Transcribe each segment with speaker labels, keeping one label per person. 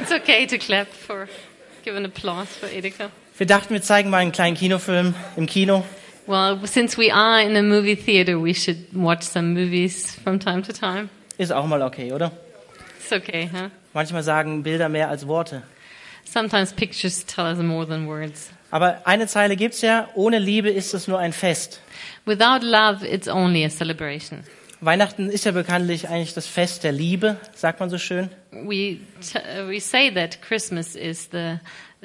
Speaker 1: It's okay to clap for, give an applause for Edeka.
Speaker 2: Wir dachten, wir zeigen mal einen kleinen Kinofilm im Kino.
Speaker 1: Well, since we are in a movie theater, we should watch some movies from time to time.
Speaker 2: Ist auch mal okay, oder?
Speaker 1: It's okay, huh?
Speaker 2: Manchmal sagen Bilder mehr als Worte.
Speaker 1: Sometimes pictures tell us more than words.
Speaker 2: Aber eine Zeile gibt's ja, ohne Liebe ist es nur ein Fest.
Speaker 1: Without love, it's only a celebration.
Speaker 2: Weihnachten ist ja bekanntlich eigentlich das Fest der Liebe, sagt man so schön.
Speaker 1: We t- uh, we say that Christmas is the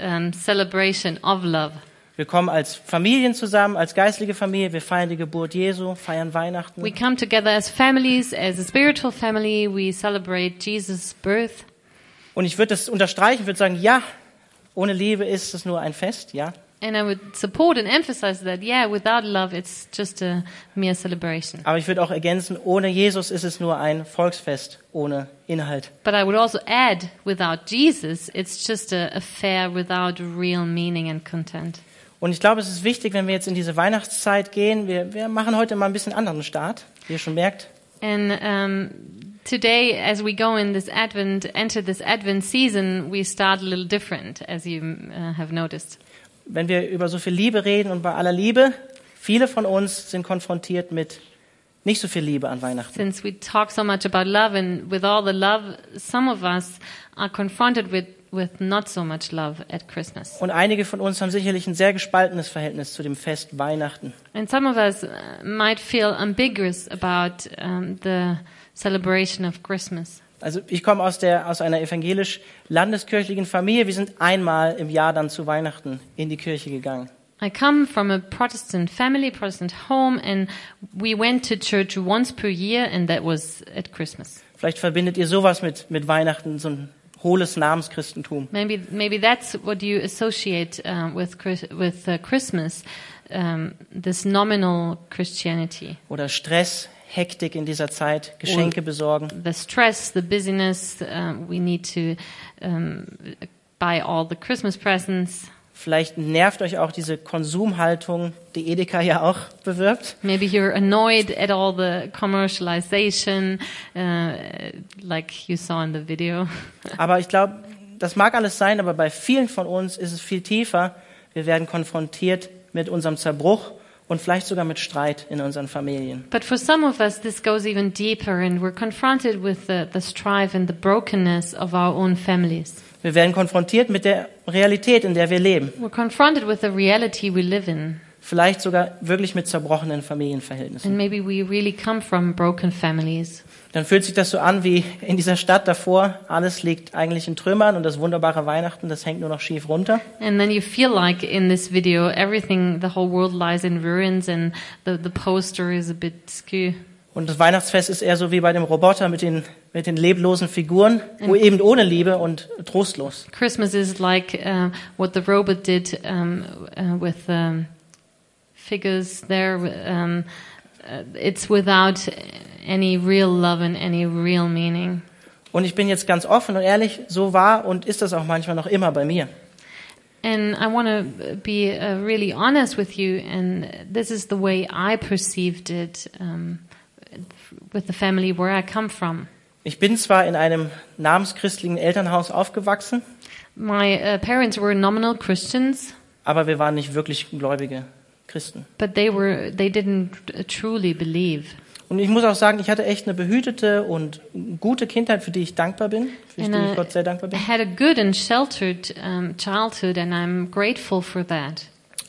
Speaker 1: um, celebration of love.
Speaker 2: Wir kommen als Familien zusammen, als geistliche Familie, wir feiern die Geburt Jesu, feiern Weihnachten.
Speaker 1: We come together as families, as a spiritual family. We celebrate Jesus' birth.
Speaker 2: Und ich würde das unterstreichen, ich würde sagen, ja, ohne Liebe ist es nur ein Fest, ja.
Speaker 1: And I would support and emphasize that, yeah, without love, it's just a mere celebration.
Speaker 2: Aber ich würde auch ergänzen, ohne Jesus ist es nur ein Volksfest ohne Inhalt.
Speaker 1: But I would also add, without Jesus, it's just an affair without real meaning and content.
Speaker 2: Und ich glaube, es ist wichtig, wenn wir jetzt in diese Weihnachtszeit gehen, wir, wir machen heute mal ein bisschen anderen Start, wie ihr schon merkt.
Speaker 1: And um, today, as we go in this Advent, enter this Advent season, we start a little different, as you uh, have noticed.
Speaker 2: Wenn wir über so viel Liebe reden und bei aller Liebe, viele von uns sind konfrontiert mit nicht so viel Liebe an Weihnachten.
Speaker 1: Since we talk so much about love, and with all the love, some of us are confronted with, with not so much love at Christmas.
Speaker 2: Und einige von uns haben sicherlich ein sehr gespaltenes Verhältnis zu dem Fest Weihnachten.
Speaker 1: And some of us uh, might feel ambiguous about um, the celebration of Christmas.
Speaker 2: Also ich komme aus, der, aus einer evangelisch-landeskirchlichen Familie. Wir sind einmal im Jahr dann zu Weihnachten in die Kirche gegangen.
Speaker 1: I come from a Protestant family, Protestant home, and we went to church once per year, and that was at Christmas.
Speaker 2: Vielleicht verbindet ihr sowas mit, mit Weihnachten, so ein hohles Namenschristentum.
Speaker 1: Maybe maybe that's what you associate um, with Chris, with uh, Christmas, um, this nominal Christianity,
Speaker 2: Oder Stress, Hektik in dieser Zeit, Geschenke besorgen.
Speaker 1: the stress, the busyness. Um, we need to um, buy all the Christmas presents.
Speaker 2: Vielleicht nervt euch auch diese Konsumhaltung, die Edeka ja auch bewirbt.
Speaker 1: Maybe you're annoyed at all the commercialization, uh, like you saw in the video.
Speaker 2: Aber ich glaube, das mag alles sein, aber bei vielen von uns ist es viel tiefer. Wir werden konfrontiert mit unserem Zerbruch und vielleicht sogar mit Streit in unseren Familien.
Speaker 1: But for some of us, this goes even deeper, and we're confronted with the, the strife and the brokenness of our own families.
Speaker 2: Wir werden konfrontiert mit der Realität, in der wir leben.
Speaker 1: We're confronted with the reality we live in,
Speaker 2: Vielleicht sogar wirklich mit zerbrochenen Familienverhältnissen.
Speaker 1: and maybe we really come from broken families.
Speaker 2: Dann fühlt sich das so an wie in dieser Stadt davor. Alles liegt eigentlich in Trümmern und das wunderbare Weihnachten, das hängt nur noch schief runter.
Speaker 1: And then you feel like in this video, everything, the whole world lies in ruins, and the, the poster is a bit skew.
Speaker 2: Und das Weihnachtsfest ist eher so wie bei dem Roboter mit den, mit den leblosen Figuren, wo eben ohne Liebe und trostlos.
Speaker 1: Christmas is like uh, what the robot did um, uh, with um, figures there. Um, uh, it's without any real love and any real meaning.
Speaker 2: Und ich bin jetzt ganz offen und ehrlich, so war und ist das auch manchmal noch immer bei mir.
Speaker 1: And I want to be uh, really honest with you, and this is the way I perceived it um, with the family where I come from.
Speaker 2: Ich bin zwar in einem namenschristlichen Elternhaus aufgewachsen,
Speaker 1: My uh, parents were nominal Christians,
Speaker 2: aber wir waren nicht wirklich gläubige Christen.
Speaker 1: but they were they didn't uh, truly believe.
Speaker 2: Und ich muss auch sagen, ich hatte echt eine behütete und gute Kindheit, für die ich dankbar bin, für die ich Gott sehr dankbar
Speaker 1: I
Speaker 2: bin.
Speaker 1: had a good and sheltered um, childhood, and I'm grateful for that.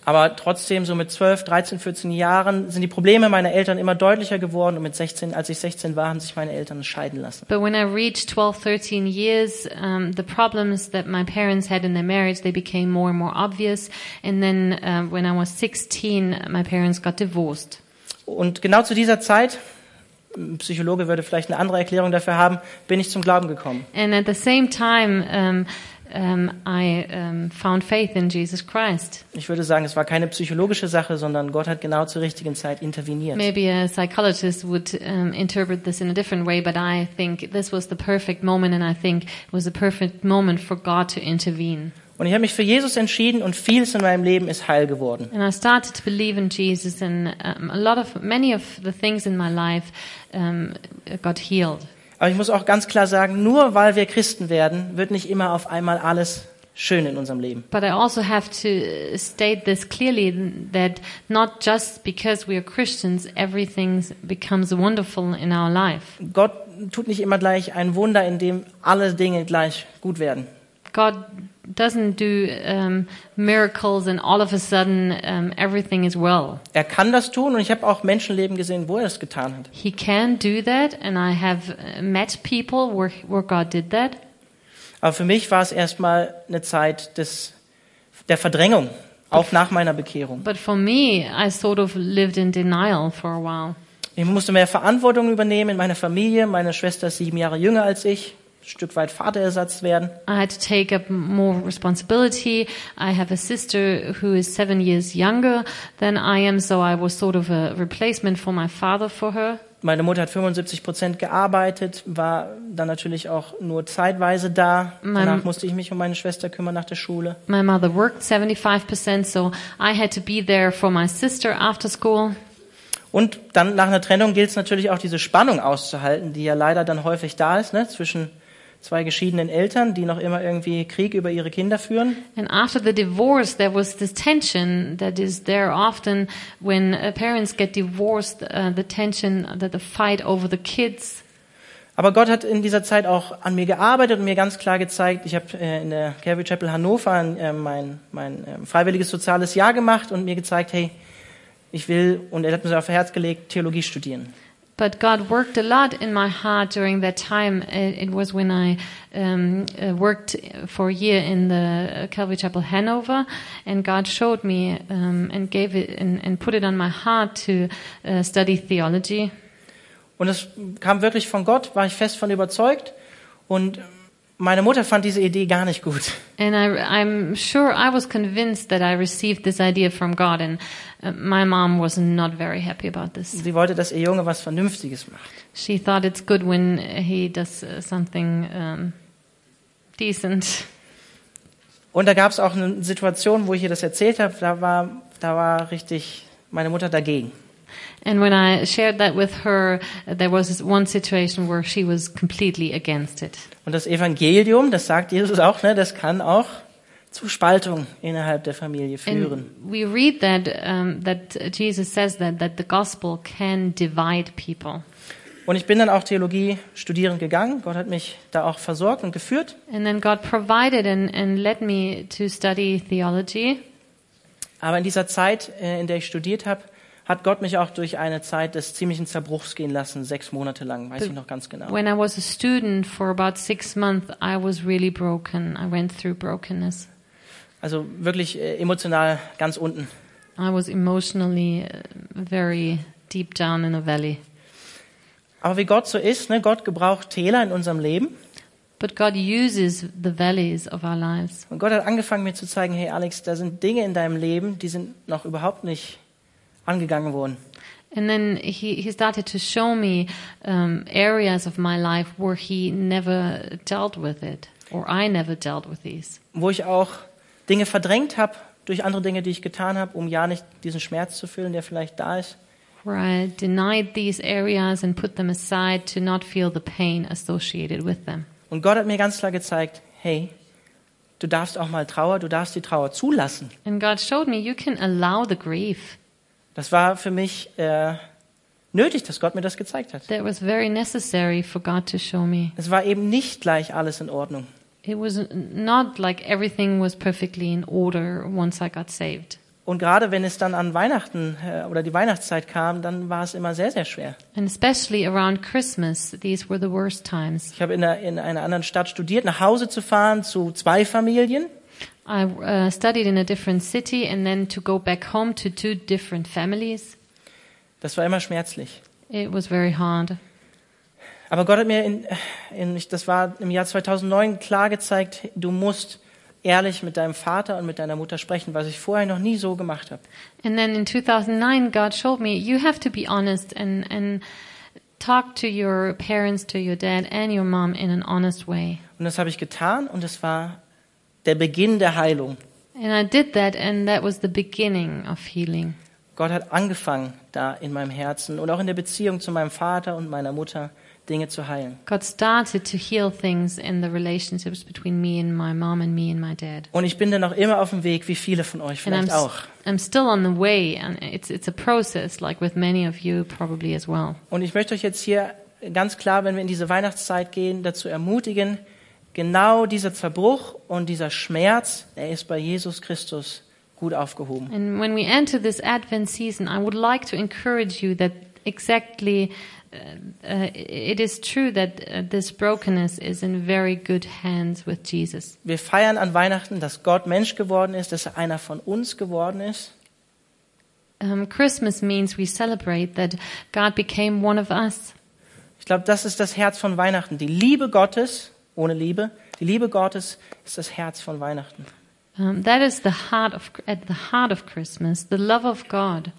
Speaker 2: Aber trotzdem, so mit 12, 13, 14 Jahren sind die Probleme meiner Eltern immer deutlicher geworden und mit 16, als ich 16 war, haben sich meine Eltern scheiden lassen.
Speaker 1: But when I reached 12, 13 years, um, the problems that my parents had in their marriage they became more and more obvious. And then uh, when I was 16, my parents got divorced.
Speaker 2: Und genau zu dieser Zeit, ein Psychologe würde vielleicht eine andere Erklärung dafür haben, bin ich zum Glauben gekommen.
Speaker 1: And at the same time, um, um, I um, found faith in Jesus Christ.
Speaker 2: Ich würde sagen, es war keine psychologische Sache, sondern Gott hat genau zur richtigen Zeit interveniert.
Speaker 1: Maybe a psychologist would um, interpret this in a different way, but I think this was the perfect moment, and I think it was the perfect moment for God to intervene.
Speaker 2: Und ich habe mich für Jesus entschieden und vieles in meinem Leben ist heil geworden.
Speaker 1: And I started to believe in Jesus, and um, a lot of many of the things in my life um, got healed.
Speaker 2: Aber ich muss auch ganz klar sagen, nur weil wir Christen werden, wird nicht immer auf einmal alles schön in unserem Leben.
Speaker 1: But I also have to uh, state this clearly that not just because we are Christians, everything becomes wonderful in our life.
Speaker 2: Gott tut nicht immer gleich ein Wunder, in dem alle Dinge gleich gut werden.
Speaker 1: God doesn't do um, miracles and all of a sudden um, everything is well.
Speaker 2: Er kann das tun und ich habe auch Menschenleben gesehen, wo er es getan hat.
Speaker 1: He can do that, and I have uh, met people where, where God did that.
Speaker 2: Aber für mich war es erstmal eine Zeit des, der Verdrängung, auch nach meiner Bekehrung.
Speaker 1: But for me, I sort of lived in denial for a while.
Speaker 2: Ich musste mehr Verantwortung übernehmen in meiner Familie. Meine Schwester ist sieben Jahre jünger als ich. Ein Stück weit Vaterersatz werden.
Speaker 1: I had to take up more responsibility. I have a sister who is seven years younger than I am, so I was sort of a replacement for my father for her.
Speaker 2: Meine Mutter hat 75 Prozent gearbeitet, war dann natürlich auch nur zeitweise da. Danach musste ich mich um meine Schwester kümmern nach der Schule.
Speaker 1: My mother worked 75%, so I had to be there for my sister after school.
Speaker 2: Und dann nach einer Trennung gilt es natürlich auch, diese Spannung auszuhalten, die ja leider dann häufig da ist, ne? zwischen zwei geschiedenen Eltern, die noch immer irgendwie Krieg über ihre Kinder führen.
Speaker 1: And after the divorce, there was this tension that is there often when uh, parents get divorced, uh, the tension, that the fight over the kids.
Speaker 2: Aber Gott hat in dieser Zeit auch an mir gearbeitet und mir ganz klar gezeigt, ich habe äh, in der Calvary Chapel Hannover äh, mein, mein ähm, freiwilliges soziales Jahr gemacht und mir gezeigt, hey, ich will, und er hat mir auf Herz gelegt, Theologie studieren.
Speaker 1: But God worked a lot in my heart during that time. It, it was when I um, uh, worked for a year in the Calvary Chapel Hanover, and God showed me um, and gave it and, and put it on my heart to uh, study theology.
Speaker 2: Und es kam wirklich von Gott, war ich fest von überzeugt. Und meine Mutter fand diese Idee gar nicht gut.
Speaker 1: And I, am sure I was convinced that I received this idea from God, and uh, my mom was not very happy about this.
Speaker 2: Sie wollte, dass ihr Junge was Vernünftiges macht.
Speaker 1: She thought it's good when he does uh, something um, decent.
Speaker 2: Und da gab es auch eine Situation, wo ich ihr das erzählt habe, da war, da war richtig meine Mutter dagegen.
Speaker 1: And when I shared that with her, there was this one situation where she was completely against it.
Speaker 2: Und das Evangelium, das sagt Jesus auch, ne, das kann auch zu Spaltung innerhalb der Familie führen.
Speaker 1: And we read that um, that Jesus says that that the gospel can divide people.
Speaker 2: Und ich bin dann auch Theologie studieren gegangen. Gott hat mich da auch versorgt und geführt.
Speaker 1: And then God provided and, and led me to study theology.
Speaker 2: Aber in dieser Zeit, äh, in der ich studiert habe, hat Gott mich auch durch eine Zeit des ziemlichen Zerbruchs gehen lassen, sechs Monate lang, weiß ich noch ganz genau.
Speaker 1: When I was a student for about six months, I was really broken. I went through brokenness.
Speaker 2: Also wirklich äh, emotional ganz unten.
Speaker 1: I was emotionally uh, very deep down in a valley.
Speaker 2: Aber wie Gott so ist, ne, Gott gebraucht Täler in unserem Leben.
Speaker 1: But God uses the valleys of our lives.
Speaker 2: Und Gott hat angefangen mir zu zeigen, hey Alex, da sind Dinge in deinem Leben, die sind noch überhaupt nicht angegangen worden.
Speaker 1: And then he, he started to show me um, areas of my life where he never dealt with it, or I never dealt with these.
Speaker 2: Wo ich auch Dinge verdrängt habe durch andere Dinge, die ich getan habe, um ja nicht diesen Schmerz zu fühlen, der vielleicht da ist.
Speaker 1: where I denied these areas and put them aside to not feel the pain associated with them.
Speaker 2: Und Gott hat mir ganz klar gezeigt, hey, du darfst auch mal Trauer, du darfst die Trauer zulassen.
Speaker 1: And God showed me you can allow the grief.
Speaker 2: Das war für mich äh, nötig, dass Gott mir das gezeigt hat.
Speaker 1: That was very necessary for God to show me.
Speaker 2: Es war eben nicht gleich alles in Ordnung.
Speaker 1: It was not like everything was perfectly in order once I got saved.
Speaker 2: Und gerade wenn es dann an Weihnachten äh, oder die Weihnachtszeit kam, dann war es immer sehr, sehr schwer.
Speaker 1: And especially around Christmas, these were the worst times.
Speaker 2: Ich habe in, einer- in einer anderen Stadt studiert, nach Hause zu fahren zu zwei Familien.
Speaker 1: I uh, studied in a different city and then to go back home to two different families,
Speaker 2: Das war immer schmerzlich.
Speaker 1: it was very hard.
Speaker 2: Aber Gott hat mir, in, in, ich- das war im Jahr 2009 klar gezeigt, du musst ehrlich mit deinem Vater und mit deiner Mutter sprechen, was ich vorher noch nie so gemacht habe.
Speaker 1: And then in 2009, God showed me you have to be honest and, and talk to your parents, to your dad, and your mom in an honest way.
Speaker 2: Und das habe ich getan und es war der Beginn der Heilung.
Speaker 1: And I did that, and that was the beginning of healing.
Speaker 2: Gott hat angefangen, da in meinem Herzen und auch in der Beziehung zu meinem Vater und meiner Mutter Dinge zu heilen.
Speaker 1: God started to heal things in the relationships between me and my mom and me and my dad.
Speaker 2: Und ich bin dann auch immer auf dem Weg, wie viele von euch
Speaker 1: And I'm,
Speaker 2: vielleicht
Speaker 1: s-
Speaker 2: auch.
Speaker 1: I'm still on the way, and it's, it's a process, like with many of you probably as well.
Speaker 2: Und ich möchte euch jetzt hier ganz klar, wenn wir in diese Weihnachtszeit gehen, dazu ermutigen, genau dieser Verbruch und dieser Schmerz, er ist bei Jesus Christus gut aufgehoben.
Speaker 1: And when we enter this Advent season, I would like to encourage you that exactly uh, uh, it is true that uh, this brokenness is in very good hands with Jesus.
Speaker 2: Wir feiern an Weihnachten, dass Gott Mensch geworden ist, dass er einer von uns geworden ist.
Speaker 1: Um, Christmas means we celebrate that God became one of us.
Speaker 2: Ich glaube, das ist das Herz von Weihnachten. Die Liebe Gottes, ohne Liebe, die Liebe Gottes ist das Herz von Weihnachten.
Speaker 1: Um, that is the heart of at the heart of Christmas, the love of God,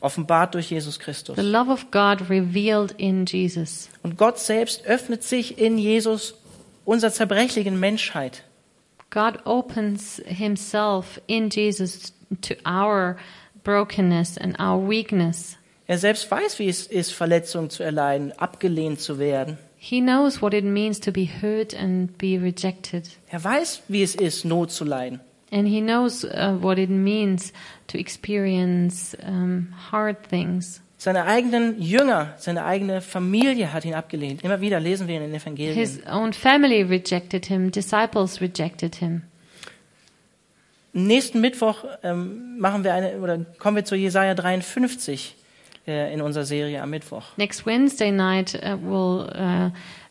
Speaker 2: Offenbart durch Jesus Christus.
Speaker 1: the love of God revealed in Jesus.
Speaker 2: Und Gott selbst öffnet sich in Jesus unserer zerbrechlichen Menschheit.
Speaker 1: God opens Himself in Jesus to our brokenness and our weakness.
Speaker 2: Er selbst weiß, wie es ist, Verletzungen zu erleiden, abgelehnt zu werden.
Speaker 1: He knows what it means to be hurt and be rejected.
Speaker 2: Er weiß, wie es ist, Not zu leiden.
Speaker 1: And he knows uh, what it means to experience um, hard things.
Speaker 2: Seine eigenen Jünger, seine eigene Familie hat ihn abgelehnt. Immer wieder lesen wir in den Evangelien.
Speaker 1: His own family rejected him, disciples rejected him.
Speaker 2: Nächsten Mittwoch ähm, machen wir eine oder kommen wir zu Jesaja 53 äh, in unserer Serie am Mittwoch.
Speaker 1: Next Wednesday night, uh, we'll uh,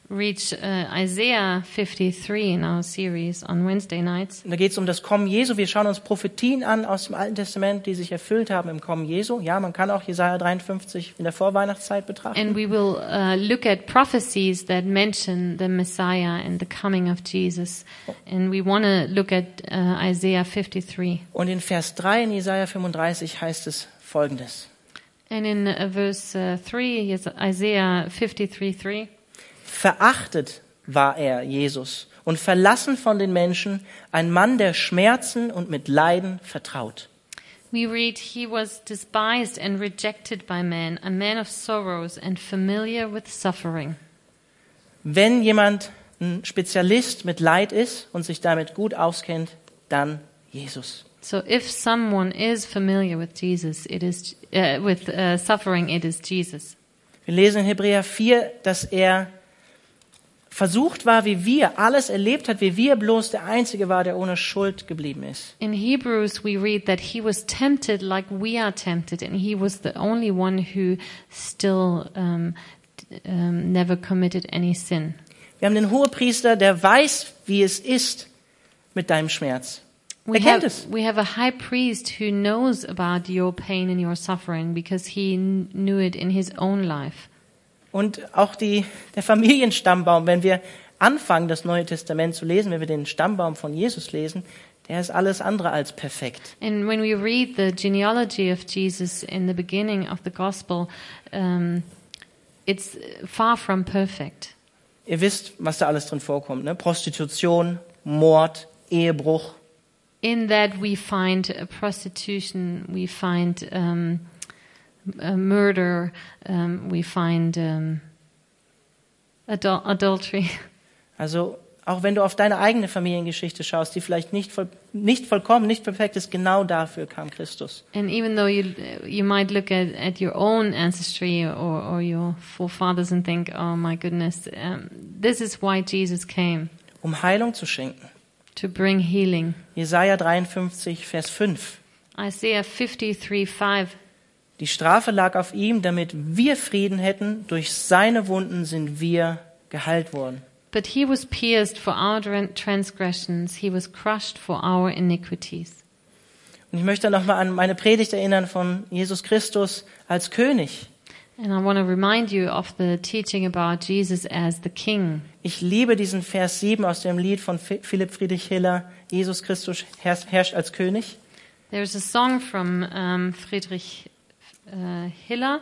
Speaker 1: reach uh, Isaiah 53 in our series on Wednesday nights.
Speaker 2: Und Da geht es um das Kommen Jesu. Wir schauen uns Prophetien an aus dem Alten Testament, die sich erfüllt haben im Kommen Jesu. Ja, man kann auch Jesaja 53 in der Vorweihnachtszeit betrachten.
Speaker 1: And we will uh, look at prophecies that mention the Messiah and the coming of Jesus. And we want to look at uh, Isaiah 53.
Speaker 2: Und in Vers 3 in Jesaja 35 heißt es folgendes.
Speaker 1: And in uh, verse uh, 3, yes, Isaiah 53 3,
Speaker 2: Verachtet war er, Jesus, und verlassen von den Menschen, ein Mann der Schmerzen und mit Leiden vertraut.
Speaker 1: we read, He was despised and rejected by men, a man of sorrows and familiar with suffering.
Speaker 2: Wenn jemand ein Spezialist mit Leid ist und sich damit gut auskennt, dann Jesus.
Speaker 1: So if someone is familiar with Jesus, it is uh, with uh, suffering, it is Jesus.
Speaker 2: Wir lesen in Hebräer 4, dass er versucht war, wie wir, alles erlebt hat, wie wir bloß der Einzige war, der ohne Schuld geblieben ist.
Speaker 1: In Hebrews, we read that he was tempted like we are tempted, and he was the only one who still um, d- um, never committed any sin.
Speaker 2: Wir haben den Hohepriester, der weiß, wie es ist mit deinem Schmerz.
Speaker 1: We
Speaker 2: er kennt
Speaker 1: have,
Speaker 2: es.
Speaker 1: we have a high priest who knows about your pain and your suffering because he kn- knew it in his own life.
Speaker 2: Und auch die, der Familienstammbaum, wenn wir anfangen, das Neue Testament zu lesen, wenn wir den Stammbaum von Jesus lesen, der ist alles andere als perfekt.
Speaker 1: And when we read the genealogy of Jesus in the beginning of the gospel, um, it's far from perfect.
Speaker 2: Ihr wisst, was da alles drin vorkommt. Ne? Prostitution, Mord, Ehebruch,
Speaker 1: In that we find uh, prostitution, we find um, uh, murder, um, we find um, adul- adultery.
Speaker 2: Also auch wenn du auf deine eigene Familiengeschichte schaust, die vielleicht nicht, voll, nicht vollkommen, nicht perfekt ist, genau dafür kam Christus.
Speaker 1: And even though you you might look at, at your own ancestry or, or your forefathers and think, oh my goodness, um, this is why Jesus came
Speaker 2: Um Heilung zu schenken.
Speaker 1: to bring healing.
Speaker 2: Jesaja 53, Vers 5.
Speaker 1: Isaiah 53 5.
Speaker 2: Die Strafe lag auf ihm, damit wir Frieden hätten. Durch seine Wunden sind wir geheilt worden.
Speaker 1: But he was pierced for our tran- transgressions, he was crushed for our iniquities.
Speaker 2: Und ich möchte nochmal an meine Predigt erinnern von Jesus Christus als König.
Speaker 1: And I want to remind you of the teaching about Jesus as the King.
Speaker 2: Ich liebe diesen Vers 7 aus dem Lied von Fi- Philipp Friedrich Hiller. Jesus Christus herrs- herrscht als König.
Speaker 1: There's a song from um, Friedrich uh, Hiller.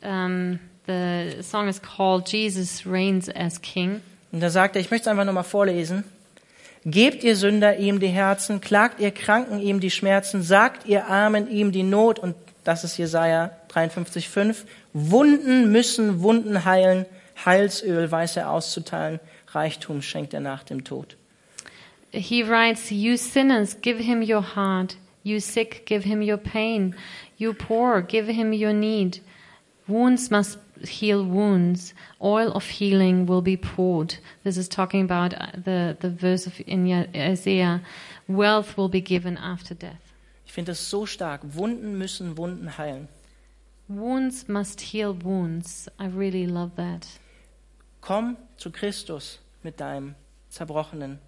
Speaker 1: Um, the song is called Jesus Reigns as King.
Speaker 2: Und da sagt er, ich möchte es einfach nochmal vorlesen. Gebt ihr Sünder ihm die Herzen, klagt ihr Kranken ihm die Schmerzen, sagt ihr Armen ihm die Not, und das ist Jesaja 53,5, Wunden müssen Wunden heilen, Heilsöl weiß er auszuteilen, Reichtum schenkt er nach dem Tod.
Speaker 1: He writes, You sinners, give him your heart. You sick, give him your pain. You poor, give him your need. Wounds must heal wounds. Oil of healing will be poured. This is talking about uh, the, the verse of in Ye- Isaiah. Wealth will be given after death.
Speaker 2: Ich finde das so stark. Wunden müssen Wunden heilen.
Speaker 1: Wounds must heal wounds. I really love that.
Speaker 2: Komm zu Christus mit deinem zerbrochenen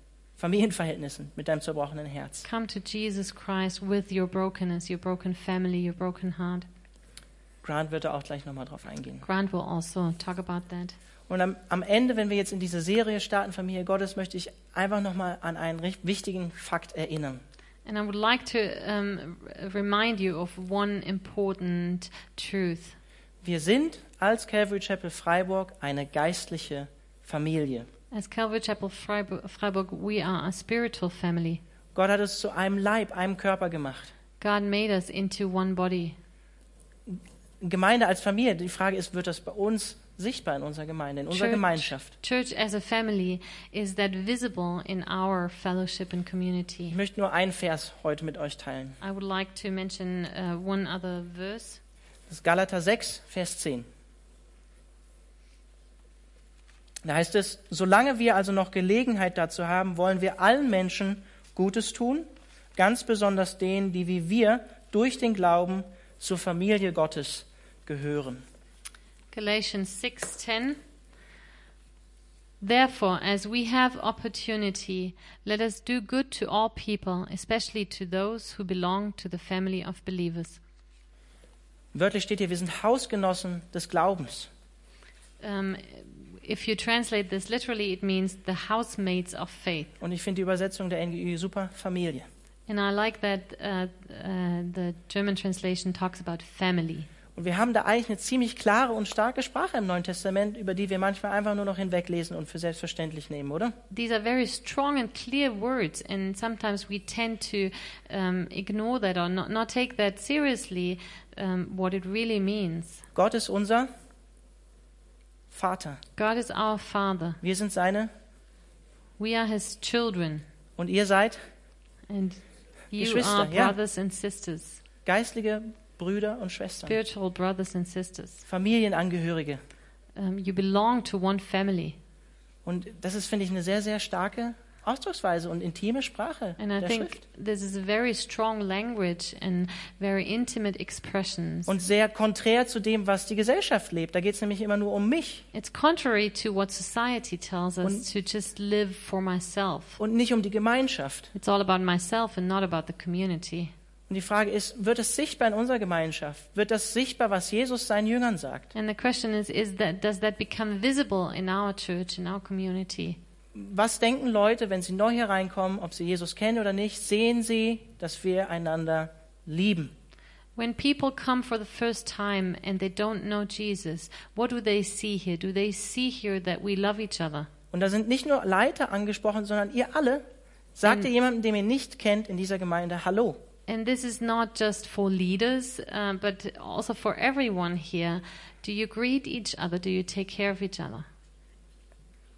Speaker 2: Familienverhältnissen, mit deinem zerbrochenen Herz.
Speaker 1: Come to Jesus Christ with your brokenness, your broken family, your broken heart.
Speaker 2: Grant wird da auch gleich nochmal drauf eingehen.
Speaker 1: Grant will also talk about that.
Speaker 2: Und am, am Ende, wenn wir jetzt in diese Serie starten, Familie Gottes, möchte ich einfach nochmal an einen recht wichtigen Fakt erinnern.
Speaker 1: And I would like to um, r- remind you of one important truth.
Speaker 2: Wir sind als Calvary Chapel Freiburg eine geistliche Familie.
Speaker 1: As Calvary Chapel Freiburg, Freiburg, we are a spiritual family.
Speaker 2: Gott hat es zu einem Leib, einem Körper gemacht.
Speaker 1: God made us into one body.
Speaker 2: Gemeinde als Familie, die Frage ist, wird das bei uns sichtbar in unserer Gemeinde, in unserer
Speaker 1: Church-
Speaker 2: Gemeinschaft?
Speaker 1: Church as a family, is that visible in our fellowship and
Speaker 2: Ich
Speaker 1: community?
Speaker 2: möchte nur einen Vers heute mit euch teilen.
Speaker 1: I would like to mention uh, one other verse.
Speaker 2: Das ist Galater 6, Vers 10. Da heißt es, solange wir also noch Gelegenheit dazu haben, wollen wir allen Menschen Gutes tun, ganz besonders denen, die wie wir durch den Glauben zur Familie Gottes gehören.
Speaker 1: Galatians 6:10 Therefore as we have opportunity let us do good to all people especially to those who belong to the family of believers.
Speaker 2: Wörtlich steht hier, wir sind Hausgenossen des Glaubens.
Speaker 1: Um, if you translate this literally it means the housemates of faith.
Speaker 2: Und ich finde die Übersetzung der NGÜ super, Familie.
Speaker 1: And I like that uh, uh, the German translation talks about family.
Speaker 2: Und wir haben da eigentlich eine ziemlich klare und starke Sprache im Neuen Testament, über die wir manchmal einfach nur noch hinweglesen und für selbstverständlich nehmen, oder?
Speaker 1: These are very strong and clear words, and sometimes we tend to um, ignore that or not, not take that seriously, um, what it really means.
Speaker 2: Gott ist unser Vater.
Speaker 1: God is our Father.
Speaker 2: Wir sind seine
Speaker 1: We are His children,
Speaker 2: und ihr seid
Speaker 1: and you
Speaker 2: Geschwister,
Speaker 1: are
Speaker 2: ja.
Speaker 1: brothers and sisters,
Speaker 2: geistliche Brüder und Schwestern,
Speaker 1: spiritual brothers and sisters.
Speaker 2: Familienangehörige.
Speaker 1: Um, you belong to one family,
Speaker 2: Und das ist, finde ich, eine sehr, sehr starke Ausdrucksweise und intime Sprache
Speaker 1: and I
Speaker 2: der
Speaker 1: think
Speaker 2: Schrift.
Speaker 1: this is a very strong language and very intimate expressions.
Speaker 2: Und sehr konträr zu dem, was die Gesellschaft lebt. Da geht es nämlich immer nur um mich
Speaker 1: It's contrary to what society tells us
Speaker 2: Und-
Speaker 1: to just live for myself.
Speaker 2: und nicht um die Gemeinschaft.
Speaker 1: It's all about myself and not about the community.
Speaker 2: Und die Frage ist, wird es sichtbar in unserer Gemeinschaft? Wird das sichtbar, was Jesus seinen Jüngern sagt?
Speaker 1: And the question is, is that does that become visible in our church, in our community?
Speaker 2: Was denken Leute, wenn sie neu hier reinkommen, ob sie Jesus kennen oder nicht? Sehen sie, dass wir einander lieben?
Speaker 1: When people come for the first time and they don't know Jesus, what do they see here? Do they see here that we love each other?
Speaker 2: Und da sind nicht nur Leiter angesprochen, sondern ihr alle. Sagt ihr jemandem, den ihr nicht kennt in dieser Gemeinde, Hallo.
Speaker 1: And this is not just for leaders, uh, but also for everyone here. Do you greet each other? Do you take care of each other?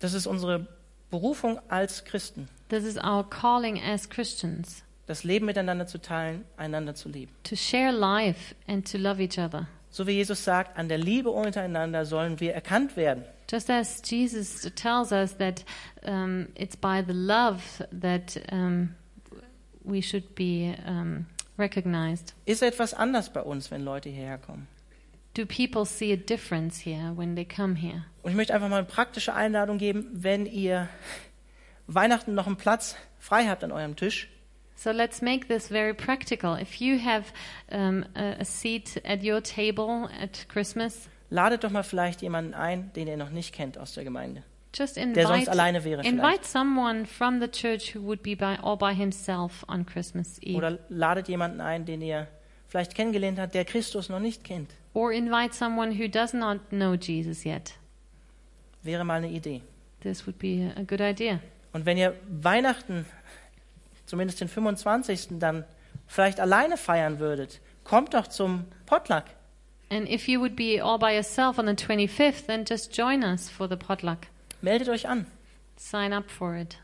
Speaker 2: Das ist unsere Berufung als Christen,
Speaker 1: This is our calling as Christians.
Speaker 2: das Leben miteinander zu teilen, einander zu lieben.
Speaker 1: to share life and to love each other.
Speaker 2: So wie Jesus sagt, an der Liebe untereinander sollen wir erkannt werden.
Speaker 1: Just as Jesus tells us that um, it's by the love that um, we should be um, recognized.
Speaker 2: Ist etwas anders bei uns, wenn Leute hierher kommen.
Speaker 1: Do people see a difference here when they come here?
Speaker 2: Und ich möchte einfach mal eine praktische Einladung geben, wenn ihr Weihnachten noch einen Platz frei habt an eurem Tisch,
Speaker 1: So let's make this very practical. If you have um, a, a seat at your table at Christmas,
Speaker 2: ladet doch mal vielleicht jemanden ein, den ihr noch nicht kennt aus der Gemeinde.
Speaker 1: just
Speaker 2: Der sonst
Speaker 1: invite,
Speaker 2: alleine wäre vielleicht.
Speaker 1: invite someone from the church who would be by, all by himself on Christmas Eve.
Speaker 2: Oder ladet jemanden ein, den ihr vielleicht kennengelernt habt, der Christus noch nicht kennt.
Speaker 1: or invite someone who does not know Jesus yet.
Speaker 2: Wäre mal eine Idee.
Speaker 1: This would be a good idea.
Speaker 2: Und wenn ihr Weihnachten, zumindest den 25. dann vielleicht alleine feiern würdet, kommt doch zum Potluck.
Speaker 1: And if you would be all by yourself on the 25th, then just join us for the potluck.
Speaker 2: Meldet euch an.
Speaker 1: Sign up for it.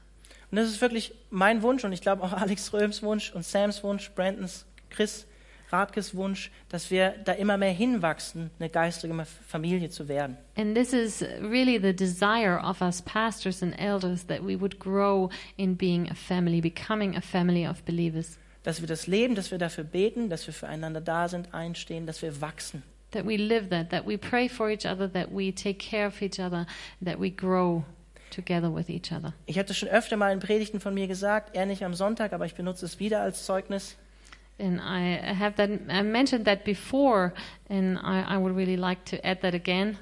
Speaker 2: Und das ist wirklich mein Wunsch und ich glaube auch Alex Röhms Wunsch und Sams Wunsch, Brandons, Chris Radkes Wunsch, dass wir da immer mehr hinwachsen, eine geistige Familie zu werden.
Speaker 1: And this is really the desire of us pastors and elders that we would grow in being a family, becoming a family of believers.
Speaker 2: Dass wir das leben, dass wir dafür beten, dass wir füreinander da sind, einstehen, dass wir wachsen.
Speaker 1: That we live that, that we pray for each other, that we take care of each other, that we grow together with each other.
Speaker 2: Ich habe das schon öfter mal in Predigten von mir gesagt, eher nicht am Sonntag, aber ich benutze es wieder als Zeugnis.
Speaker 1: And I have that I mentioned that before, and I, I would really like to add that again.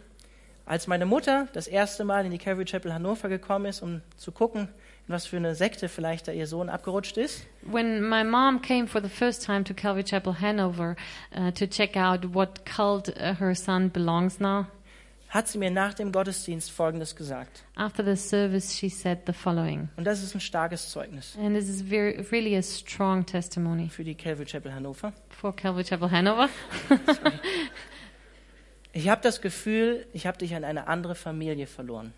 Speaker 2: Als meine Mutter das erste Mal in die Calvary Chapel Hannover gekommen ist, um zu gucken, in was für eine Sekte vielleicht da ihr Sohn abgerutscht ist,
Speaker 1: When my mom came for the first time to Calvary Chapel Hanover uh, to check out what cult uh, her son belongs now,
Speaker 2: hat sie mir nach dem Gottesdienst Folgendes gesagt.
Speaker 1: after the service she said the following,
Speaker 2: Und das ist ein starkes Zeugnis
Speaker 1: and this is very, really a strong testimony
Speaker 2: für die Calvary Chapel Hannover.
Speaker 1: for Calvary Chapel Hanover.
Speaker 2: Ich habe das Gefühl, ich habe dich an eine andere Familie verloren.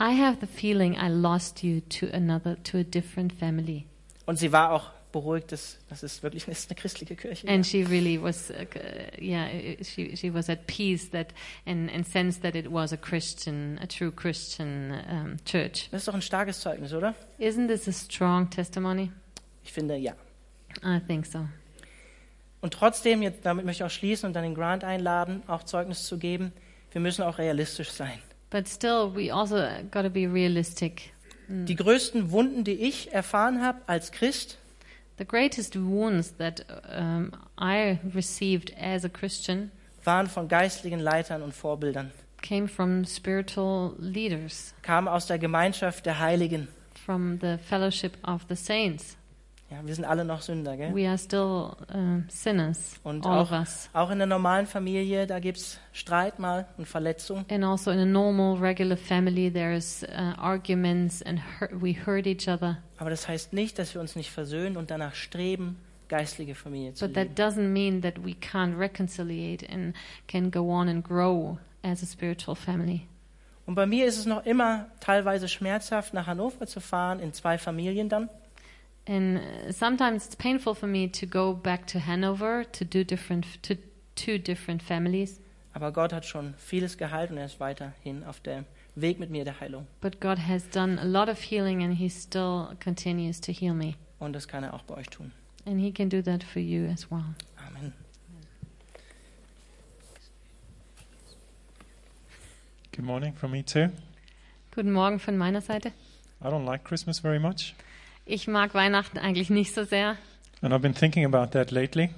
Speaker 1: I have the feeling I lost you to another, to a different family.
Speaker 2: Und sie war auch beruhigt, dass das ist wirklich das ist eine christliche Kirche.
Speaker 1: and she really was uh, c- uh, yeah uh, she she was at peace that and and sensed that it was a christian a true christian um, church
Speaker 2: das ist doch ein starkes Zeugnis, oder?
Speaker 1: isn't this a strong testimony
Speaker 2: Ich finde ja.
Speaker 1: i think so
Speaker 2: Und trotzdem, jetzt, damit möchte ich auch schließen und dann den Grant einladen, auch Zeugnis zu geben. Wir müssen auch realistisch sein.
Speaker 1: but still we also got to be realistic
Speaker 2: Die größten Wunden, die ich erfahren habe als Christ,
Speaker 1: the greatest wounds that um, i received as a christian
Speaker 2: waren von geistlichen Leitern und Vorbildern,
Speaker 1: came from spiritual leaders
Speaker 2: kamen aus der Gemeinschaft der Heiligen.
Speaker 1: from the fellowship of the saints
Speaker 2: Ja, wir sind alle noch Sünder, gell?
Speaker 1: we are still um, sinners
Speaker 2: Und
Speaker 1: all
Speaker 2: auch,
Speaker 1: of us
Speaker 2: auch in der normalen Familie, da gibt's Streit mal und Verletzung.
Speaker 1: And also in a normal, regular family, there's uh, arguments and hurt, we hurt each other.
Speaker 2: Aber das heißt nicht, dass wir uns nicht versöhnen und danach streben, geistliche Familie zu
Speaker 1: But
Speaker 2: leben.
Speaker 1: that doesn't mean that we can't reconciliate and can go on and grow as a spiritual family.
Speaker 2: Und bei mir ist es noch immer teilweise schmerzhaft, nach Hannover zu fahren, in zwei Familien dann.
Speaker 1: And uh, sometimes it's painful for me to go back to Hanover to do different to two different families.
Speaker 2: Aber Gott hat schon vieles geheilt und er ist weiterhin auf dem Weg mit mir der Heilung.
Speaker 1: But God has done a lot of healing, and He still continues to heal me.
Speaker 2: Und das kann er auch bei euch tun.
Speaker 1: And He can do that for you as well.
Speaker 2: Amen.
Speaker 3: Good morning from me too.
Speaker 1: Guten Morgen von meiner Seite.
Speaker 3: I don't like Christmas very much,
Speaker 1: Ich mag Weihnachten eigentlich nicht so sehr.
Speaker 3: and I've been thinking about that lately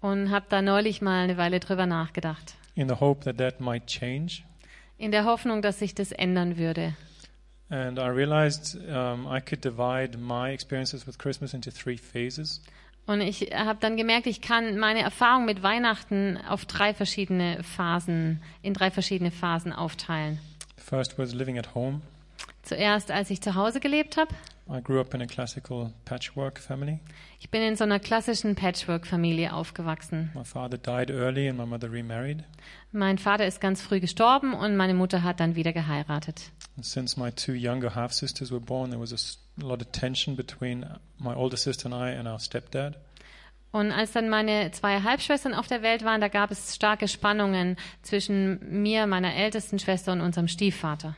Speaker 1: und habe da neulich mal eine Weile drüber nachgedacht.
Speaker 3: in the hope that that might change.
Speaker 1: In der Hoffnung, dass sich das ändern würde.
Speaker 3: And I realized um, I could divide my experiences with Christmas into three phases.
Speaker 1: Und ich habe dann gemerkt, ich kann meine Erfahrung mit Weihnachten auf drei verschiedene Phasen, in drei verschiedene Phasen aufteilen.
Speaker 3: The first was living at home.
Speaker 1: Zuerst, als ich zu Hause gelebt habe.
Speaker 3: I grew up in a classical patchwork family.
Speaker 1: Ich bin in so einer klassischen Patchwork-Familie aufgewachsen.
Speaker 3: My father died early, and my mother remarried.
Speaker 1: Mein Vater ist ganz früh gestorben und meine Mutter hat dann wieder geheiratet.
Speaker 3: And since my two younger half sisters were born, there was a s- a lot of tension between my older sister and I and our stepdad.
Speaker 1: Und als dann meine zwei Halbschwestern auf der Welt waren, da gab es starke Spannungen zwischen mir, meiner ältesten Schwester und unserem Stiefvater.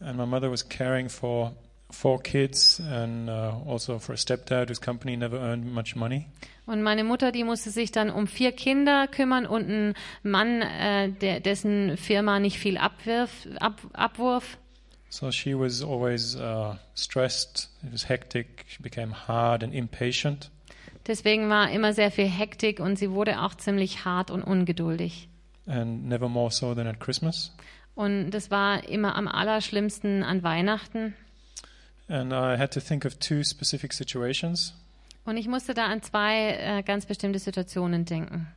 Speaker 3: And my mother was caring for four kids and uh, also for a stepdad whose company never earned much money.
Speaker 1: Und meine Mutter, die musste sich dann um vier Kinder kümmern und einen Mann, äh, der, dessen Firma nicht viel abwirf, ab, abwurf.
Speaker 3: So she was always uh, stressed, it was hectic, she became hard and impatient.
Speaker 1: Deswegen war immer sehr viel Hektik und sie wurde auch ziemlich hart und ungeduldig.
Speaker 3: And never more so than at Christmas.
Speaker 1: Und das war immer am allerschlimmsten an Weihnachten.
Speaker 3: And I had to think of two specific situations.
Speaker 1: Und ich musste da an zwei äh, ganz bestimmte Situationen denken.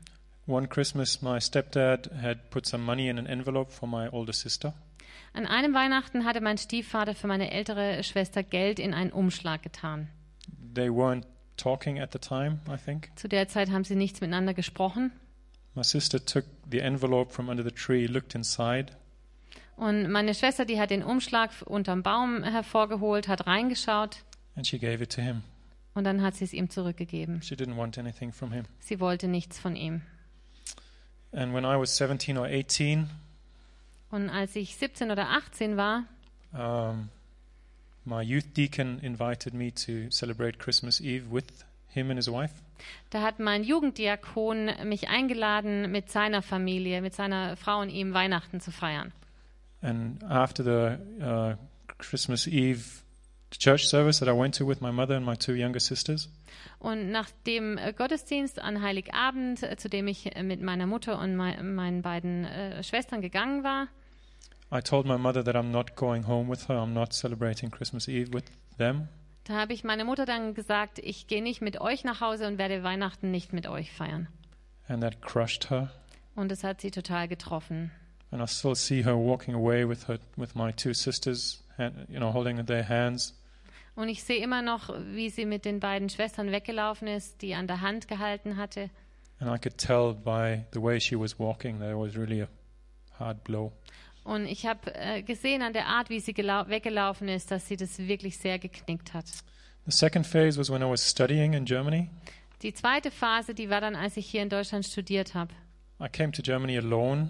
Speaker 3: One Christmas, my stepdad had put some money in an envelope for my older sister.
Speaker 1: An einem Weihnachten hatte mein Stiefvater für meine ältere Schwester Geld in einen Umschlag getan.
Speaker 3: They weren't talking at the time, I think.
Speaker 1: Zu der Zeit haben sie nichts miteinander gesprochen.
Speaker 3: My sister took the envelope from under the tree, looked inside,
Speaker 1: Und meine Schwester, die hat den Umschlag f- unterm Baum hervorgeholt, hat reingeschaut
Speaker 3: and she gave it to him.
Speaker 1: und dann hat sie es ihm zurückgegeben.
Speaker 3: She didn't want anything from him.
Speaker 1: Sie wollte nichts von ihm.
Speaker 3: And when I was 17 or 18,
Speaker 1: Und als ich 17 oder 18 war,
Speaker 3: um, my youth deacon invited me to celebrate Christmas Eve with him and his wife.
Speaker 1: da hat mein Jugenddiakon mich eingeladen, mit seiner Familie, mit seiner Frau und ihm Weihnachten zu feiern.
Speaker 3: And after the uh, Christmas Eve church service that I went to with my mother and my two younger sisters,
Speaker 1: Und nach dem äh, Gottesdienst an Heiligabend, äh, zu dem ich äh, mit meiner Mutter und mei- meinen beiden äh, Schwestern gegangen war,
Speaker 3: I told my mother that I'm not going home with her. I'm not celebrating Christmas Eve with them.
Speaker 1: da habe ich meiner Mutter dann gesagt, ich gehe nicht mit euch nach Hause und werde Weihnachten nicht mit euch feiern.
Speaker 3: And that crushed her.
Speaker 1: Und es hat sie total getroffen.
Speaker 3: And I still see her walking away with her, with my two sisters, hand, you know, holding their hands.
Speaker 1: Und ich sehe immer noch, wie sie mit den beiden Schwestern weggelaufen ist, die an der Hand gehalten hatte.
Speaker 3: And I could tell by the way she was walking that it was really a hard blow.
Speaker 1: Und ich habe äh, gesehen an der Art, wie sie gelau- weggelaufen ist, dass sie das wirklich sehr geknickt hat.
Speaker 3: The second phase was when I was studying in Germany.
Speaker 1: Die zweite Phase, die war dann, als ich hier in Deutschland studiert habe.
Speaker 3: I came to Germany alone,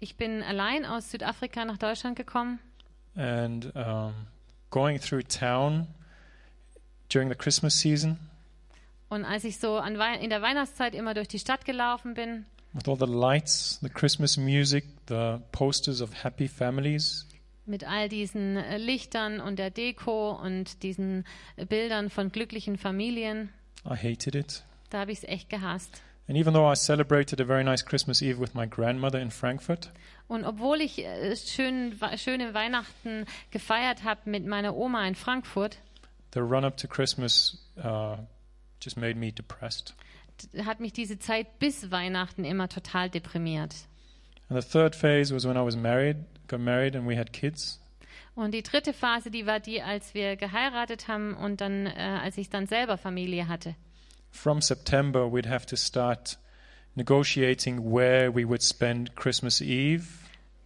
Speaker 1: Ich bin allein aus Südafrika nach Deutschland gekommen
Speaker 3: and um, going through town during the Christmas season
Speaker 1: und als ich so an Wei in der Weihnachtszeit immer durch die Stadt gelaufen bin,
Speaker 3: with all the lights, the Christmas music, the posters of happy families,
Speaker 1: mit all diesen äh, Lichtern und der Deko und diesen äh, Bildern von glücklichen Familien,
Speaker 3: I hated it.
Speaker 1: da habe ich es echt gehasst.
Speaker 3: And even though I celebrated a very nice Christmas Eve with my grandmother in Frankfurt,
Speaker 1: Und obwohl ich äh, schön, wa- schöne Weihnachten gefeiert habe mit meiner Oma in Frankfurt,
Speaker 3: the run up to Christmas uh, just made me depressed.
Speaker 1: d- hat mich diese Zeit bis Weihnachten immer total deprimiert.
Speaker 3: And the third phase was when I was married, got married, and we had kids.
Speaker 1: Und die dritte Phase, die war die, als wir geheiratet haben und dann, äh, als ich dann selber Familie hatte.
Speaker 3: From September, we'd have to start negotiating where we would spend Christmas Eve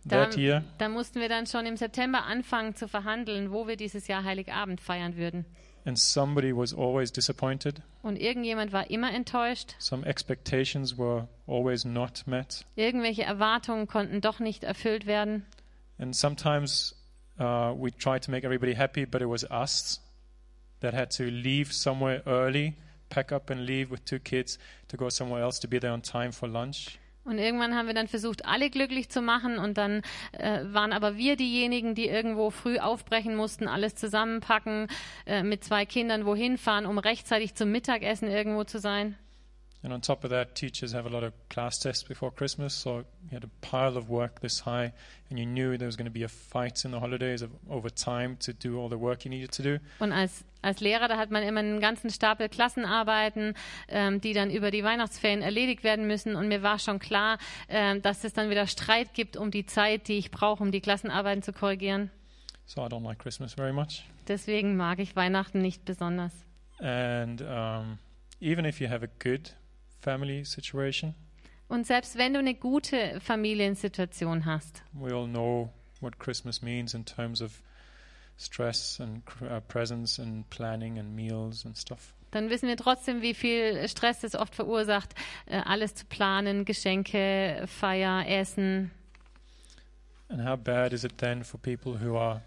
Speaker 1: Da,
Speaker 3: that year.
Speaker 1: da mussten wir dann schon im September anfangen zu verhandeln, wo wir dieses Jahr Heiligabend feiern würden.
Speaker 3: And somebody was always disappointed.
Speaker 1: Und irgendjemand war immer enttäuscht.
Speaker 3: Some expectations were always not met.
Speaker 1: Irgendwelche Erwartungen konnten doch nicht erfüllt werden.
Speaker 3: And sometimes uh, we tried to make everybody happy, but it was us that had to leave somewhere early, pack up and leave with two kids to go somewhere else to be there on time for lunch.
Speaker 1: Und irgendwann haben wir dann versucht, alle glücklich zu machen. Und dann äh, waren aber wir diejenigen, die irgendwo früh aufbrechen mussten, alles zusammenpacken, äh, mit zwei Kindern wohin fahren, um rechtzeitig zum Mittagessen irgendwo zu sein.
Speaker 3: And on top of that, teachers have a lot of class tests before Christmas, so you had a pile of work this high, and you knew there was going to be a fight in the holidays of, over time to do all the work you needed to do.
Speaker 1: Und als, als Lehrer, da hat man immer einen ganzen Stapel Klassenarbeiten, ähm, die dann über die Weihnachtsferien erledigt werden müssen. Und mir war schon klar, ähm, dass es dann wieder Streit gibt um die Zeit, die ich brauche, um die Klassenarbeiten zu korrigieren.
Speaker 3: So I don't like Christmas very much.
Speaker 1: Deswegen mag ich Weihnachten nicht besonders.
Speaker 3: And um, even if you have a good family situation,
Speaker 1: Und selbst wenn du eine gute Familiensituation hast,
Speaker 3: We all know what Christmas means in terms of stress and cr- uh, presents and planning and meals and stuff.
Speaker 1: dann wissen wir trotzdem, wie viel Stress es oft verursacht, äh, alles zu planen, Geschenke, Feier, Essen.
Speaker 3: And how bad is it then for people who are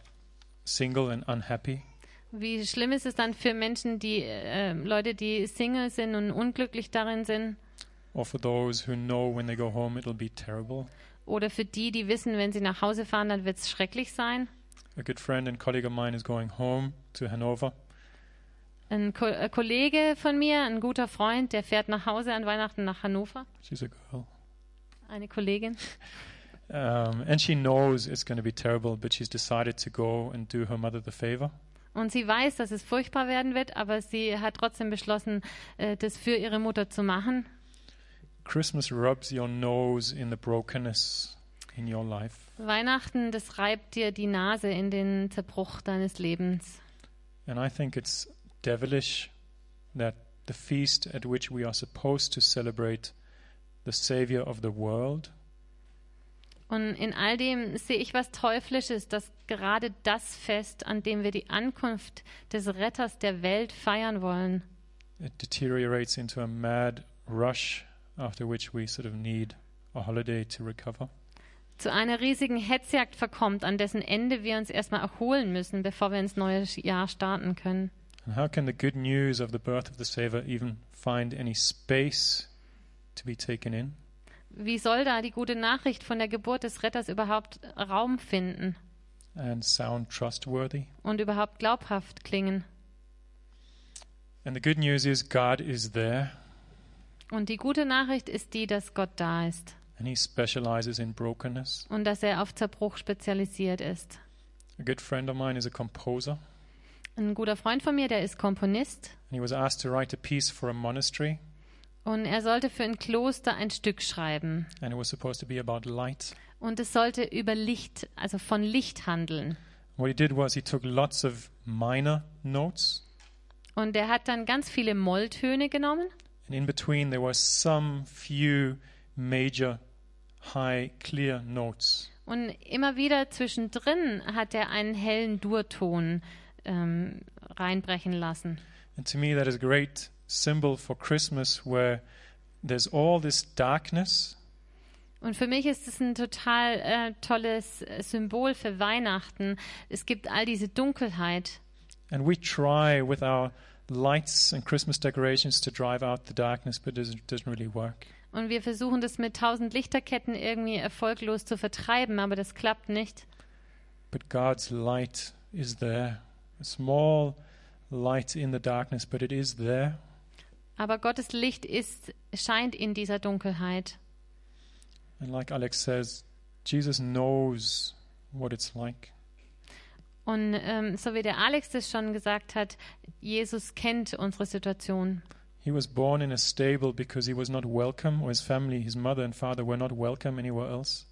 Speaker 3: single and unhappy?
Speaker 1: Wie schlimm ist es dann für Menschen, die äh, Leute, die Single sind und unglücklich darin sind?
Speaker 3: Or for those who know when they go home it'll be terrible?
Speaker 1: Oder für die, die wissen, wenn sie nach Hause fahren, dann wird es schrecklich sein?
Speaker 3: A good friend and colleague of mine is going home to Hanover,
Speaker 1: Ein Ko äh, Kollege von mir, ein guter Freund, der fährt nach Hause an Weihnachten nach Hannover.
Speaker 3: she's a girl,
Speaker 1: Eine Kollegin.
Speaker 3: um, and she knows it's going to be terrible, but she's decided to go and do her mother the favor.
Speaker 1: Und sie weiß, dass es furchtbar werden wird, aber sie hat trotzdem beschlossen, äh, das für ihre Mutter zu machen.
Speaker 3: Christmas rubs your nose in the brokenness in your life.
Speaker 1: Weihnachten, das reibt dir die Nase in den Zerbruch deines Lebens.
Speaker 3: And I think it's devilish that the feast at which we are supposed to celebrate the Savior of the world.
Speaker 1: Und in all dem sehe ich was Teuflisches, dass gerade das Fest, an dem wir die Ankunft des Retters der Welt feiern wollen,
Speaker 3: It deteriorates into a mad rush after which we sort of need a holiday to recover.
Speaker 1: zu einer riesigen Hetzjagd verkommt, an dessen Ende wir uns erstmal erholen müssen, bevor wir ins neue Jahr starten können.
Speaker 3: And how can the good news of the birth of the Savior even find any space to be taken in?
Speaker 1: Wie soll da die gute Nachricht von der Geburt des Retters überhaupt Raum finden
Speaker 3: and sound trustworthy.
Speaker 1: und überhaupt glaubhaft klingen?
Speaker 3: And the good news is God is there
Speaker 1: Und die gute Nachricht ist die, dass Gott da ist
Speaker 3: and he specializes in brokenness.
Speaker 1: und dass er auf Zerbruch spezialisiert ist.
Speaker 3: A good friend of mine is a composer and
Speaker 1: Ein guter Freund von mir, der ist Komponist
Speaker 3: he was asked to write a piece for a monastery
Speaker 1: und er sollte für ein Kloster ein Stück schreiben.
Speaker 3: and it was supposed to be about light.
Speaker 1: Und es sollte über Licht, also von Licht handeln.
Speaker 3: What he did was he took lots of minor notes
Speaker 1: Und er hat dann ganz viele Molltöne genommen
Speaker 3: and in between there were some few major high clear notes.
Speaker 1: und immer wieder zwischendrin hat er einen hellen Durton ähm, reinbrechen lassen.
Speaker 3: And to me that is a great symbol for Christmas where there's all this darkness
Speaker 1: Und für mich ist es ein total äh, tolles äh, Symbol für Weihnachten. Es gibt all diese Dunkelheit.
Speaker 3: And we try with our lights and Christmas decorations to drive out the darkness, but it doesn't- doesn't really work.
Speaker 1: Und wir versuchen das mit tausend Lichterketten irgendwie erfolglos zu vertreiben, aber das klappt nicht.
Speaker 3: But God's light is there. A small light in the darkness, but it is there.
Speaker 1: Aber Gottes Licht ist, scheint in dieser Dunkelheit.
Speaker 3: And like Alex says, Jesus knows what it's like.
Speaker 1: Und ähm, so wie der Alex das schon gesagt hat, Jesus kennt unsere Situation.
Speaker 3: He was born in a stable because he was not welcome, or his family, his mother and father, were not welcome anywhere else.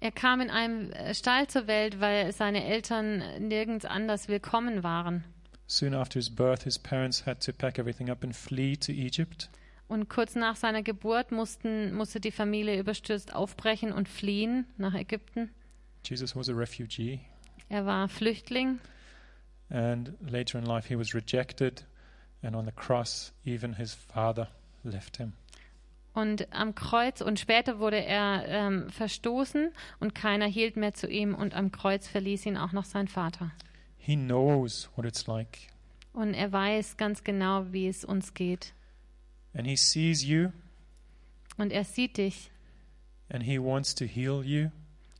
Speaker 1: Er kam in einem äh, Stall zur Welt, weil seine Eltern nirgends anders willkommen waren.
Speaker 3: Soon after his birth, his parents had to pack everything up and flee to Egypt.
Speaker 1: Und kurz nach seiner Geburt mussten, musste die Familie überstürzt aufbrechen und fliehen nach Ägypten.
Speaker 3: Jesus was a refugee.
Speaker 1: Er war Flüchtling
Speaker 3: and later in life he was rejected and on the cross even his father left him
Speaker 1: und am Kreuz und später wurde er ähm, verstoßen und keiner hielt mehr zu ihm und am Kreuz verließ ihn auch noch sein Vater.
Speaker 3: he knows what it's like
Speaker 1: Und er weiß ganz genau, wie es uns geht.
Speaker 3: and he sees you
Speaker 1: Und er sieht dich
Speaker 3: and he wants to heal you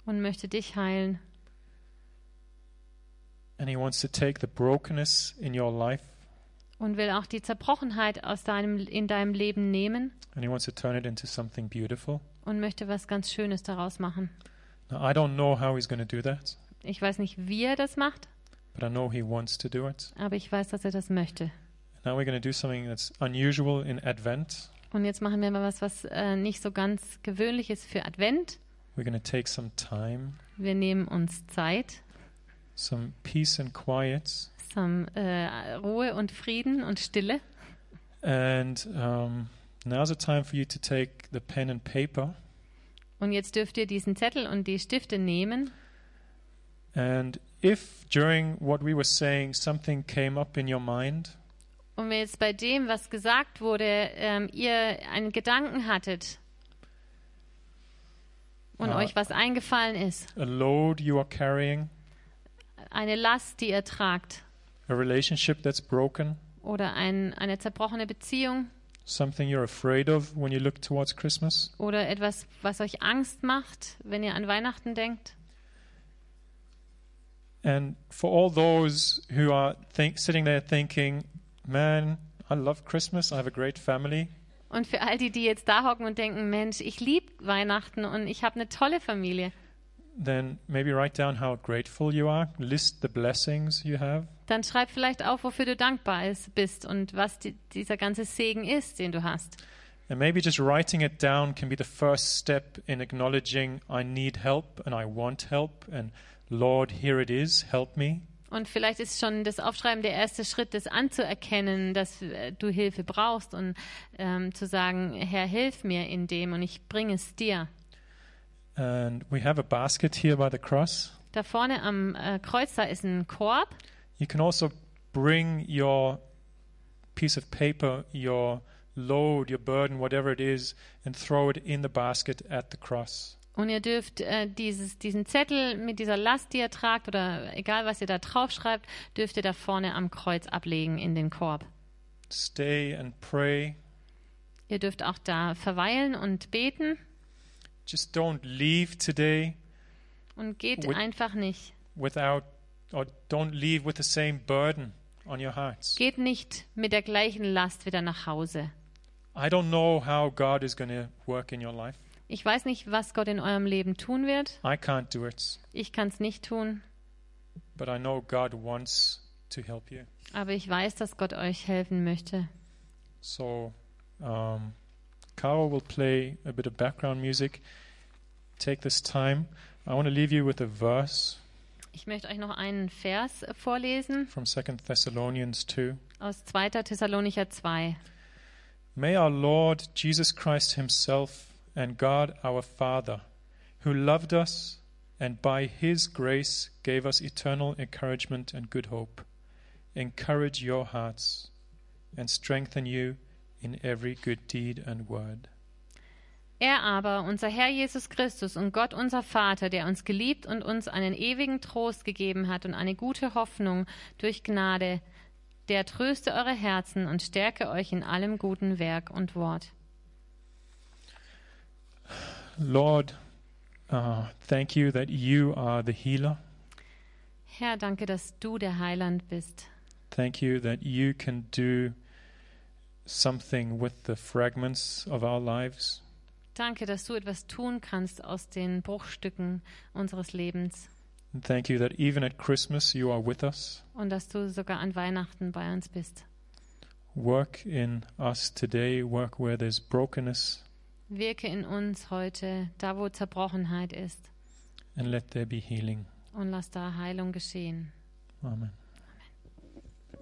Speaker 1: und möchte dich heilen.
Speaker 3: and he wants to take the brokenness in your life
Speaker 1: und will auch die Zerbrochenheit aus deinem, in deinem Leben nehmen
Speaker 3: and he wants to turn it into something beautiful
Speaker 1: und möchte was ganz Schönes daraus machen.
Speaker 3: now i don't know how he's going to do that
Speaker 1: Ich weiß nicht, wie er das macht,
Speaker 3: but i know he wants to do it
Speaker 1: aber ich weiß, dass er das möchte.
Speaker 3: now we're going to do something that's unusual in advent
Speaker 1: Und jetzt machen wir mal was, was äh, nicht so ganz gewöhnlich ist für Advent.
Speaker 3: we're going to take some time
Speaker 1: Wir nehmen uns Zeit,
Speaker 3: some peace and quiet
Speaker 1: some äh, Ruhe und Frieden und Stille.
Speaker 3: and um, now's the time for you to take the pen and paper
Speaker 1: Und jetzt dürft ihr diesen Zettel und die Stifte nehmen.
Speaker 3: And if during what we were saying something came up in your mind,
Speaker 1: Und wenn jetzt bei dem, was gesagt wurde, ähm, ihr einen Gedanken hattet und
Speaker 3: Ja.
Speaker 1: euch was eingefallen ist,
Speaker 3: a load you are carrying,
Speaker 1: eine Last, die ihr tragt
Speaker 3: a relationship that's broken,
Speaker 1: oder ein, eine zerbrochene Beziehung
Speaker 3: something you're afraid of when you look towards Christmas,
Speaker 1: oder etwas, was euch Angst macht, wenn ihr an Weihnachten denkt.
Speaker 3: and for all those who are think, sitting there thinking, man, I love Christmas, I have a great family,
Speaker 1: Und für all die, die jetzt da hocken und denken, Mensch, ich liebe Weihnachten und ich habe eine tolle Familie,
Speaker 3: then maybe write down how grateful you are, list the blessings you have,
Speaker 1: dann schreib vielleicht auf, wofür du dankbar ist, bist und was die, dieser ganze Segen ist, den du hast.
Speaker 3: and maybe just writing it down can be the first step in acknowledging I need help and I want help, and Lord, here it is, help me.
Speaker 1: Und vielleicht ist schon das Aufschreiben der erste Schritt, das anzuerkennen, dass äh, du Hilfe brauchst und ähm, zu sagen, Herr, hilf mir in dem und ich bringe es dir.
Speaker 3: And we have a basket here by the cross.
Speaker 1: Da vorne am äh, Kreuz, da ist ein Korb.
Speaker 3: You can also bring your piece of paper, your load, your burden, whatever it is, and throw it in the basket at the cross.
Speaker 1: Und ihr dürft äh, dieses, diesen Zettel mit dieser Last, die ihr tragt, oder egal was ihr da draufschreibt, dürft ihr da vorne am Kreuz ablegen in den Korb.
Speaker 3: Stay and pray.
Speaker 1: Ihr dürft auch da verweilen und beten
Speaker 3: Just don't leave today
Speaker 1: und geht
Speaker 3: Ui.
Speaker 1: einfach nicht.
Speaker 3: without, or don't leave with the same burden on your hearts.
Speaker 1: Geht nicht mit der gleichen Last wieder nach Hause.
Speaker 3: I don't know how God is going to work in your life.
Speaker 1: Ich weiß nicht, was Gott in eurem Leben tun wird.
Speaker 3: I can't do it,
Speaker 1: Ich kann es nicht tun,
Speaker 3: but I know God wants to help you.
Speaker 1: aber ich weiß, dass Gott euch helfen möchte.
Speaker 3: So, um, Carol will play a bit of background music. Take this time. I want to leave you with a verse
Speaker 1: Ich möchte euch noch einen Vers vorlesen
Speaker 3: from Second Thessalonians 2.
Speaker 1: aus 2. Thessalonicher 2.
Speaker 3: May our Lord Jesus Christ Himself and God our Father, who loved us and by His grace gave us eternal encouragement and good hope, encourage your hearts and strengthen you in every good deed and word.
Speaker 1: Er aber, unser Herr Jesus Christus und Gott unser Vater, der uns geliebt und uns einen ewigen Trost gegeben hat und eine gute Hoffnung durch Gnade, der tröste eure Herzen und stärke euch in allem guten Werk und Wort.
Speaker 3: Lord, uh, thank you that you are the healer.
Speaker 1: Herr, danke, dass du der Heiland bist.
Speaker 3: Thank you that you can do something with the fragments of our lives.
Speaker 1: Danke, dass du etwas tun kannst aus den Bruchstücken unseres Lebens
Speaker 3: And thank you that even at Christmas you are with us.
Speaker 1: und dass du sogar an Weihnachten bei uns bist.
Speaker 3: Work in us today, work where there's brokenness,
Speaker 1: Wirke in uns heute, da wo Zerbrochenheit ist,
Speaker 3: and let there be healing.
Speaker 1: und lass da Heilung geschehen.
Speaker 3: Amen.